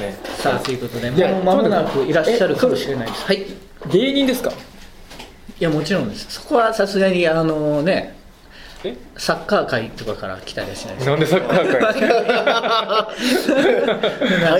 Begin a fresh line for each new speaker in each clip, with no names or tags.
ね
さあということで
じゃあ
もう間もなくいらっしゃるかもしれないですはいい
芸人ですか
やもちろんですそこはさすがにあのね
え
サッカー界とかから来たりはしないです
なんでサッカー界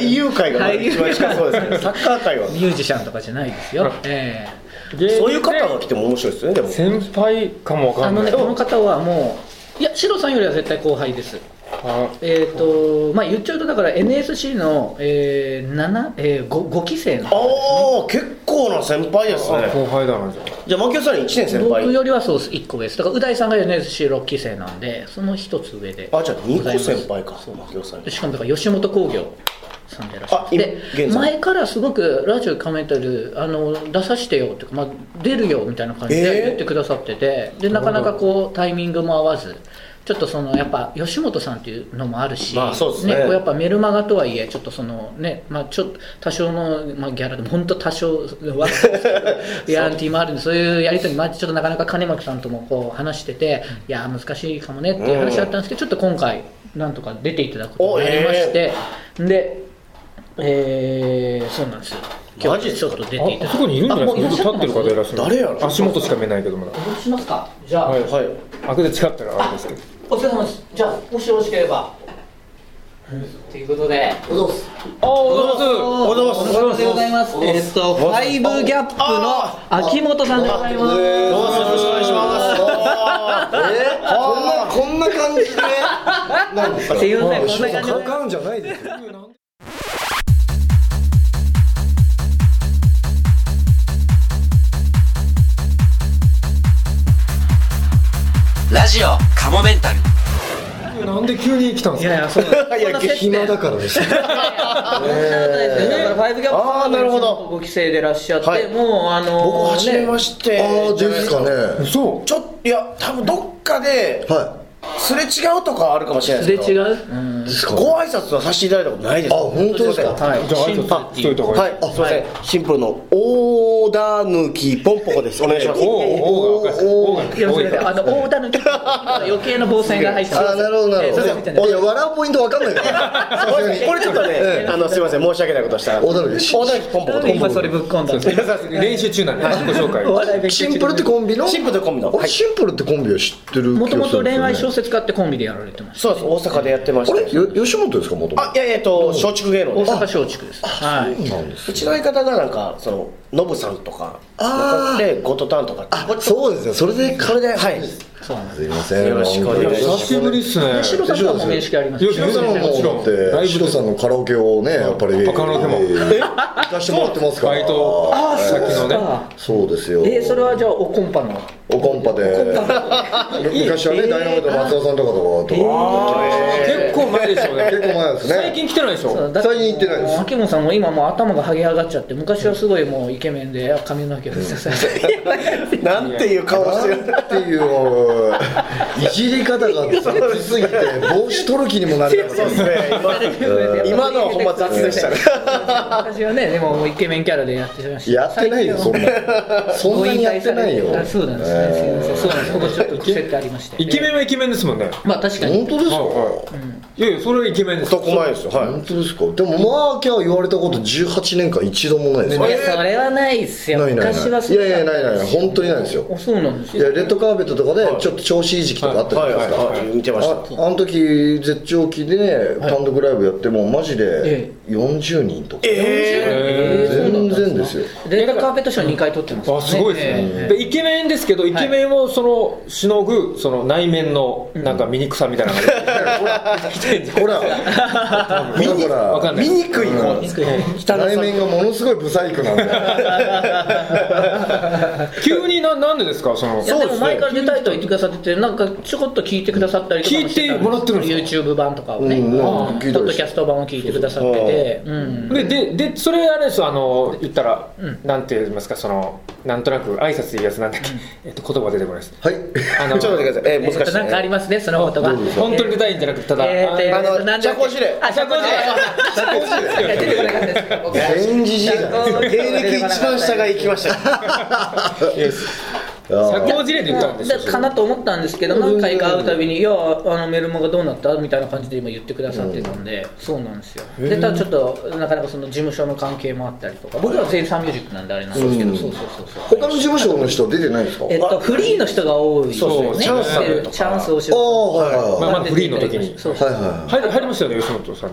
俳優界がまだ一番近そうですけどサッカー界は
ミュージシャンとかじゃないですよ、え
芸人で
そういう方が来ても面白いですよねでも
先輩かも
え
わか
あ
ん
の
な
ね
い
この方はもういやシロさんよりは絶対後輩です
あ
えっ、とまあ言っちゃうとだから NSC の、えー7えー、5, 5期生の
ああ結構な先輩ですね
後輩だなじゃ
じゃあ牧野さんに1年先
僕
輩
よりはそうです1個上ですだからう大さんが NSC6 期生なんでその1つ上で
あじゃあ2
ございま
個
す
先輩か牧野さんに
しかもだから吉本興業さんでいらっしゃって
あ
で
今現在
前からすごくラジオカメンタルあの出させてよっていうか、まあ、出るよみたいな感じ
えー
で言ってくださってて、でなかなかこうタイミングも合わずちょっとそのやっぱ吉本さんっていうのもあるし、
まあそうですね
こうやっぱメルマガとはいえちょっとそのね、まあ、ちょっと多少の、まあ、ギャラでも本当多少は ギャランティーもあるんでそういうやり取りもあってちょっとなかなか金巻さんともこう話してていや難しいかもねっていう話だったんですけど、ちょっと今回なんとか出ていただくことになりまして、でえー、そうなんですよ今
マ
日
ジで
ち
す
ょっ
か
と出ていた
あ
だ
そこにいるんじゃないですか
あ
僕立ってる方いらっしゃる
誰やろ
足元しか見えないけどまだ
お呼びしますかじゃあ、
はい
はい
開けて近かったらあれですけど
お疲れ様ですじゃあもしよろしければということで
おどうす
ああおはよう
おはようございます
おはようございます
おはようございま
え
す
っとファイブギャップの秋元さんでございます
どうぞよろしくお願いします
えー、こんなこんな感じでなんですか
すいませんこんな感じで
買うんじゃないですよ
ラジオカモメンタル
なんで急に来たんで
い
すか
やいやそうなんですこんな接点
暇だからです
そんなことないですよだからファイブギャップ
あーなるほど
ご期生でいらっしゃって、
はい
もうあの
僕初めま
し
して
ああですかね
そう
ちょっといや多分どっかで
は
すれ違うとかはあるかもしれない
すれ
ですけ
違
ど
う、うん
いですか
ご挨拶はさせていただいたことないです
あ本当ですか
はい
じゃあ挨拶しといた方が
はい
い
い、すみません、シンプルの大田抜きポンポコです。お願いします。
おおおがおが
いやそ
お
れで
が
あの大田の余計な防線が入って
ああなるほどなるほ
えーそれみたいな
どいや笑うポイントわかんないからさすがに
これちょっとね、あのすみません、申し訳ないことしたら。
大田抜き
大田抜きポンポ
な
コ
んで今それぶっ込んだんですか
練習中なんで自己紹介
お笑い勉強中
シンプルってコンビの
シンプルってコンビの
俺シンプルってコンビは知ってる気がするん
も
です
と
よね
もと恋愛小説家ってコンビでやられてました
そうです、大阪でやってまし
あれ
た。
よ吉本ですかもとも
あ、いや、えっと、松竹芸能
大
です。
阪松竹ですはい
となんです
うちの相方がなんか、その、ノブさんとか、
あー
で、ゴトタンとかって。
あそうですねそれで
それで、はい。
そうなんです
すいません
よろしくお願いしま
久
す
しぶりっすね
白さんとはもう面識あります
よ
よ
し
ヒロさんは
もちろ
も
ん
うだ
ライ
って
ブ
ヒロさんのカラオケをねやっぱり
あカラオケも
えー行かしてもらってますから
バイト先のね
そうですよ
えーそれはじゃあおコンパの
おコンパで昔はねダイナマイトの松田さんとかとかと
結構前でしょうね
結構前ですね
最近来てないでしょ
最近行ってないです
もう秋元さんも今もう頭がはげ上がっちゃって昔はすごいもうイケメンで髪の毛をささ
なんていう顔してる。
っていういじり方が雑すぎて帽子取る気にもなれなか
そう
っ
です
た
ね、 今のはほんま雑でしたね。
昔はねでももうイケメンキャラでやってました
やってないよそんなそんなにやってないよ
あそうなんですね、すいませんそうなんですここちょっと癖ってありまして
イケメンはイケメンですもんね
まあ確かに
本当ですか
はいはいいやいやそれはイケメンです
男前ですよ、はい。
本当ですかでもマーキャー言われたこと18年間一度もないです
いやそれはないっすよ
ないない
昔は
ない
そ
いうやいやないないない本当にないですよ
あそうなんです
い
よ
やレッドカーペットとかでちょっと調子いい時期とかあったじゃ
はい、
ないですか
はい、はい、見てました。
ああの時絶頂期でね単独ライブやってもマジで
え
40人とか
え
えーそうなん
全
だ
然ですよ
レッドカーペット賞2回取ってますから
あすごいです
え
ねでイケメンですけどイケメンをそのしのぐその内面のなんか醜さみたいなのが出てきてんじゃん
ほらだ
見に
わか
か
んな
ら
い
見にくい方です。
汚内面がものすごいブサイクなんで
急にななんでですかその
えいやでも前から出たいと言ってくださっててなんかちょこっと聞いてくださったりとかもしてた
聞いてもらってるんです
YouTube 版とかをね
うんうん
あ
聞
ー
いたりして
ポッドキャスト版を聞いてくださっててうん
でででそれあれですよあの言ったら、なんて言いますかそのなんとなく挨拶いいやつなんだっけ、 えっと言葉出てこないです
はい
あ
ちょっと待ってください。えー、難しい
えっと
ね。
なんかありますねその言葉
本当に出たいんじゃなくてただ、
えーとえ
あ
ー
の
となんだっけ
社交辞令
あ社交辞令社 交辞令出てこなかったです僕
全時代
芸歴一番下が行きました。
あー社交辞令で言ったんですよ
だかなと思ったんですけど、何回か会うたびに、いや、あのメルマガどうなったみたいな感じで今言ってくださってたんで、そうなんですよ。で、ただちょっと、なかなかその事務所の関係もあったりとか、僕らは全員サンミュージックなんであれなんですけど、そうそうそうそう。
他の事務所の人出てないんですか
えっと、フリーの人が多いです
そう
よ
そ
ね。
うチャンスさんとか
チャンスをし
ああはいはいはい
まあまあフリーの時に
そう
はいは
入り入りましたよね吉本さん
い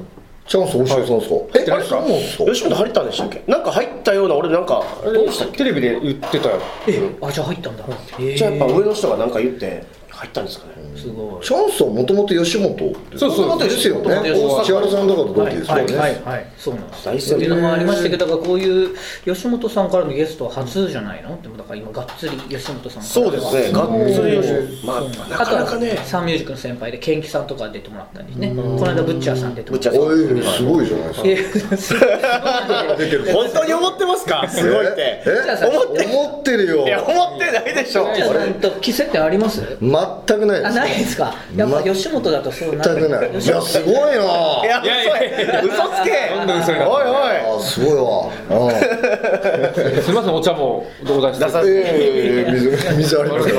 チャンス大城さんですか
入ってないですか
あれそうなんです
吉本入ったんでしたっけなんか入ったような俺なんかどうしたっけ
テレビで言ってたよ
えあ、じゃあ入ったんだ。え
じゃあやっぱ上の人がなんか言って入ったんですかね
すごい。
かチャンスはもともと吉本
そうそう
もともとですよね
元々です
大原さんとかと同期です
は
よ
いはい
ね
はい、そうなんです。
大
そ
先
う
輩
いうのもありましたけど、だからこういう吉本さんからのゲストは初じゃないの？でもだから今がっつり吉本さんから
そう
は
ですねがっつり吉本まあな
あと
かな
は
かね
サンミュージックの先輩でケンキさんとか出てもらったりね、この間ブッチャーさん出てもらった
ブッチャーさん
り。
おいすごいじゃないですか
えー
本当に思ってますかすごいって
え
じゃあさ
思って思ってるよ
いや思ってないでしょ
ブッチャーさんと喫茶店あります？
全くないで
あ
す
ないですか。やっぱ吉本だとそうな
全くないい
吉
や
本
すごいな
や
い
いやいやいや
嘘や嘘つけ
どんどん嘘になって
おいおい
あすごいわうん
すみませんお茶もどう出し
出さ
て
ず
ええ水水ありますよ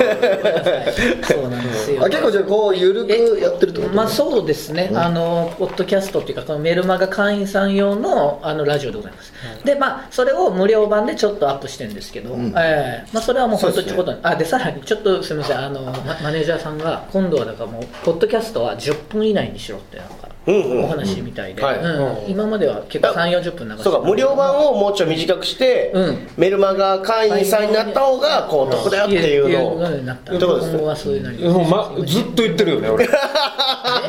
そうなんですよ。
あ結構じゃあこう緩くやってるってこと
まあそうですね、あのポッドキャストっていうかこのメルマガ会員さん用のあのラジオでございます、でまあそれを無料版でちょっとアップしてるんですけど、ええまあ、それはもう本当ちょこっとあでさらにちょっとすみませんあのママネージャーさんが今度はだからもうポッドキャストは10分以内にしろってなんかお話みたいで、
はい
うん今までは結構3 4 0分流してた
そうか無料版をもうちょい短くして、
うん
メルマガ会員さんになった方がこう得だよっていうのを、
になった
ってことですね
今後はそういうのに
もう、ま、ずっと言ってるよね俺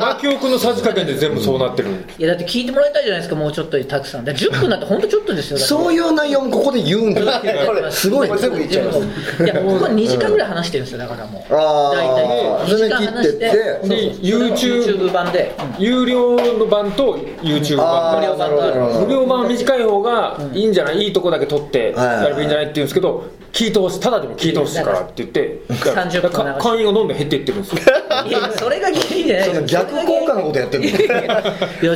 マキオ君のさじ加減で全部そうなってる
いやだって聞いてもらいたいじゃないですかもうちょっとたくさんで10分なんて本当ちょっとですよだって
そういう内容もここで言うんだ
これ
すごい
これ全部言っちゃいます
いや、ここ2時間ぐらい話してるんですよ、だからもう。
あー
大体2時間話して、
そ
れで切
そう
ってって
そう
で YouTube
YouTube 版で、うん
有料の版と YouTube 版
あ
と
ーなるほどなるほ
無
ど
料版は短い方がいいんじゃない、いいとこだけ取ってやればいいんじゃないって言うんですけど、聞いてほしい、ただでも聞いてほしいからって言って、
30分
か会員がどんどん減っていってるん ですよ。
いや、それが原因じゃない
その逆効果のことやってるの
いや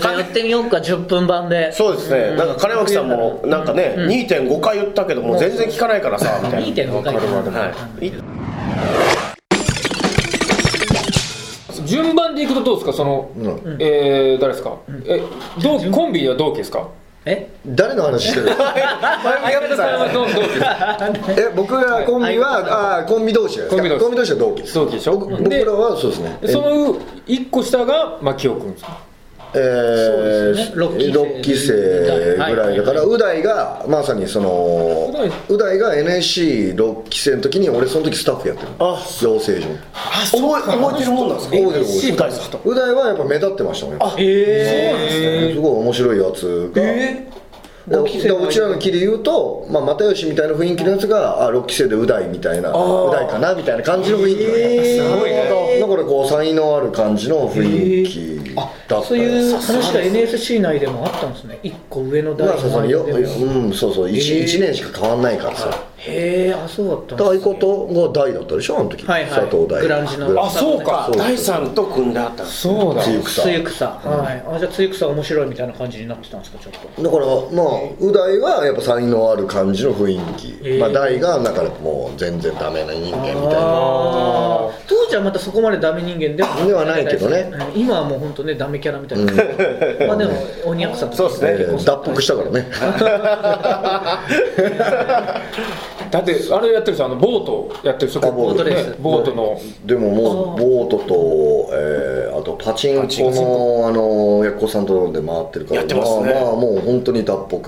じゃあやってみようか、10分版で。
そうですね、なんか金脇さんもなんかね、2.5回言ったけどもう全然聞かないからさみたい
2.5回か
な、
な。
はい、
順番でいくとどうですか、その、えー誰ですか、え同期コンビは同期ですか
え
誰の話してる
相方さんは同同期です
え僕らコンビはあーコンビ同士ですか
コンビ同士
コンビ同士は同期です
同期でしょ
僕僕らはそうですね
でその一個下が牧尾君ですか
えー
そうですね
6期生ぐらいだからう大がまさにそのう大が NSC6 期生の時に俺その時スタッフやってる
あ
養成所
覚え覚えてるもんなんですか
覚えてる覚えてる
う大さんと
う大はやっぱ目立ってましたね
あ
すごい面白いやつが、だ
六期生の
うちらの期で言うと、まあ、又吉みたいな雰囲気のやつがあ6期生でう大みたいなう大かなみたいな感じの雰囲気のやつなだからこう才能ある感じの雰囲気だった
そういう話が NSC 内でもあったんですね。1個上の
まあ
大
そうそうよ
でも。
うん、そうそう 1, 一年しか変わんないからさ
へえ、あ、そうだったん
だから
です
相
ね。
方が大だったでしょあの時、
はいはい
佐藤大
グランジの
あそうか
そう
大さんと組んであったんです
そうだ
つゆくさ
つゆ草。はい。あ、じゃあつゆ草面白いみたいな感じになってたんですか、ちょっと。
だからまあう大はやっぱ才能ある感じの雰囲気、
えー
まあ大がだからもう全然ダメな人間みたいな
あー当時はまたそこまでダメ人間でも
ではないけどね
うん今はもう本当ねダメキャラみたいな、まあでも鬼奴さんと
そうですね
えー脱北したからね
だってあれやってる人あのボートやってる人
あボート
ね
レース
ボートの
でももうボートと、えーあとパチンコのあの親子さんと飲んで回ってるから
やってますね
まあ、まあもう本当に脱北ち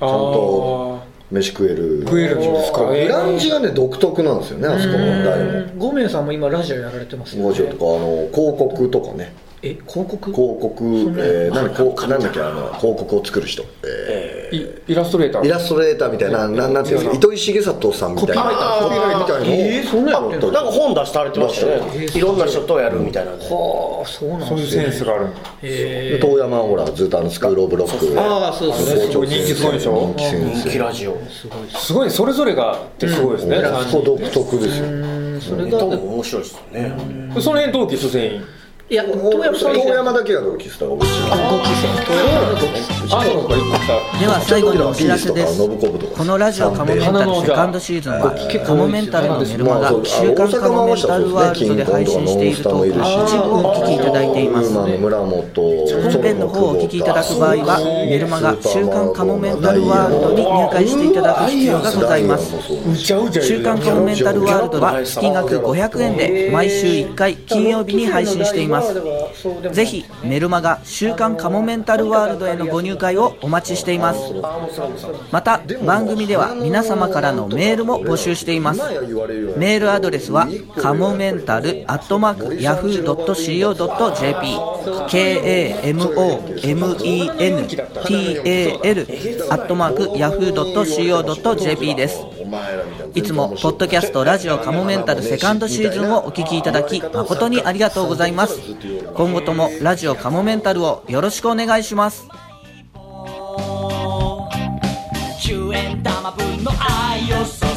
ゃんと飯食える
食えるんですか
グランジがね独特なんですよねあそこの台も
5名さんも今ラジオやられてますよ
五
ね
条とかあの広告とかね
え広告
広告
そんな
えーなんこうなんだっけあの広告を作る人、え
イイラストレータ
ーイ
ー
ラストレーターみたいなななんていうんですか糸井重里さんみたいな
コピーライター
コピーライ
えーそんなやってん
なんか本出してあれてましたよねいろんな人とやるみたいなね
はあそうなん
そうい
で
う
すね
センスがあるんだ
へ
で遠山はほらずっとあのスクール・オブ・ロック
ああそうですね
すごい人気すごいでしょ
人気先
人気
生
ラジオ
すごいそれぞれがってすごいですね、
ラスト独特ですよ
それが
多分面白いですよね
その辺同期です全員
いや遠山さん
遠山だけが同期した同期
あそうか一個
では最後にお知らせです
ピースとかノブコブとか
このラジオカモメンタルセカンドシーズンはカモメンタルのメルマガ週刊カモメンタルワールドで配信していると一部お聞きいただいています
の村本
本編の方をお聞きいただく場合はメルマガ週刊カモメンタルワールドに入会していただく必要がございます
うちゃうじゃいる
週刊カモメンタルワールドは月額500円で毎週1回金曜日に配信していますぜひメルマガ週刊カモメンタルワールドへのご入会をお待ちしていますまた番組では皆様からのメールも募集していますメールアドレスはカモメンタルアットマークヤフー .co.jpKAMOMENTAL アットマークヤフー .co.jp ですいつも、ポッドキャスト、ラジオ、カモメンタル、セカンドシーズンをお聞きいただき、誠にありがとうございます。今後とも、ラジオ、カモメンタルをよろしくお願いします。
10円玉分の愛を注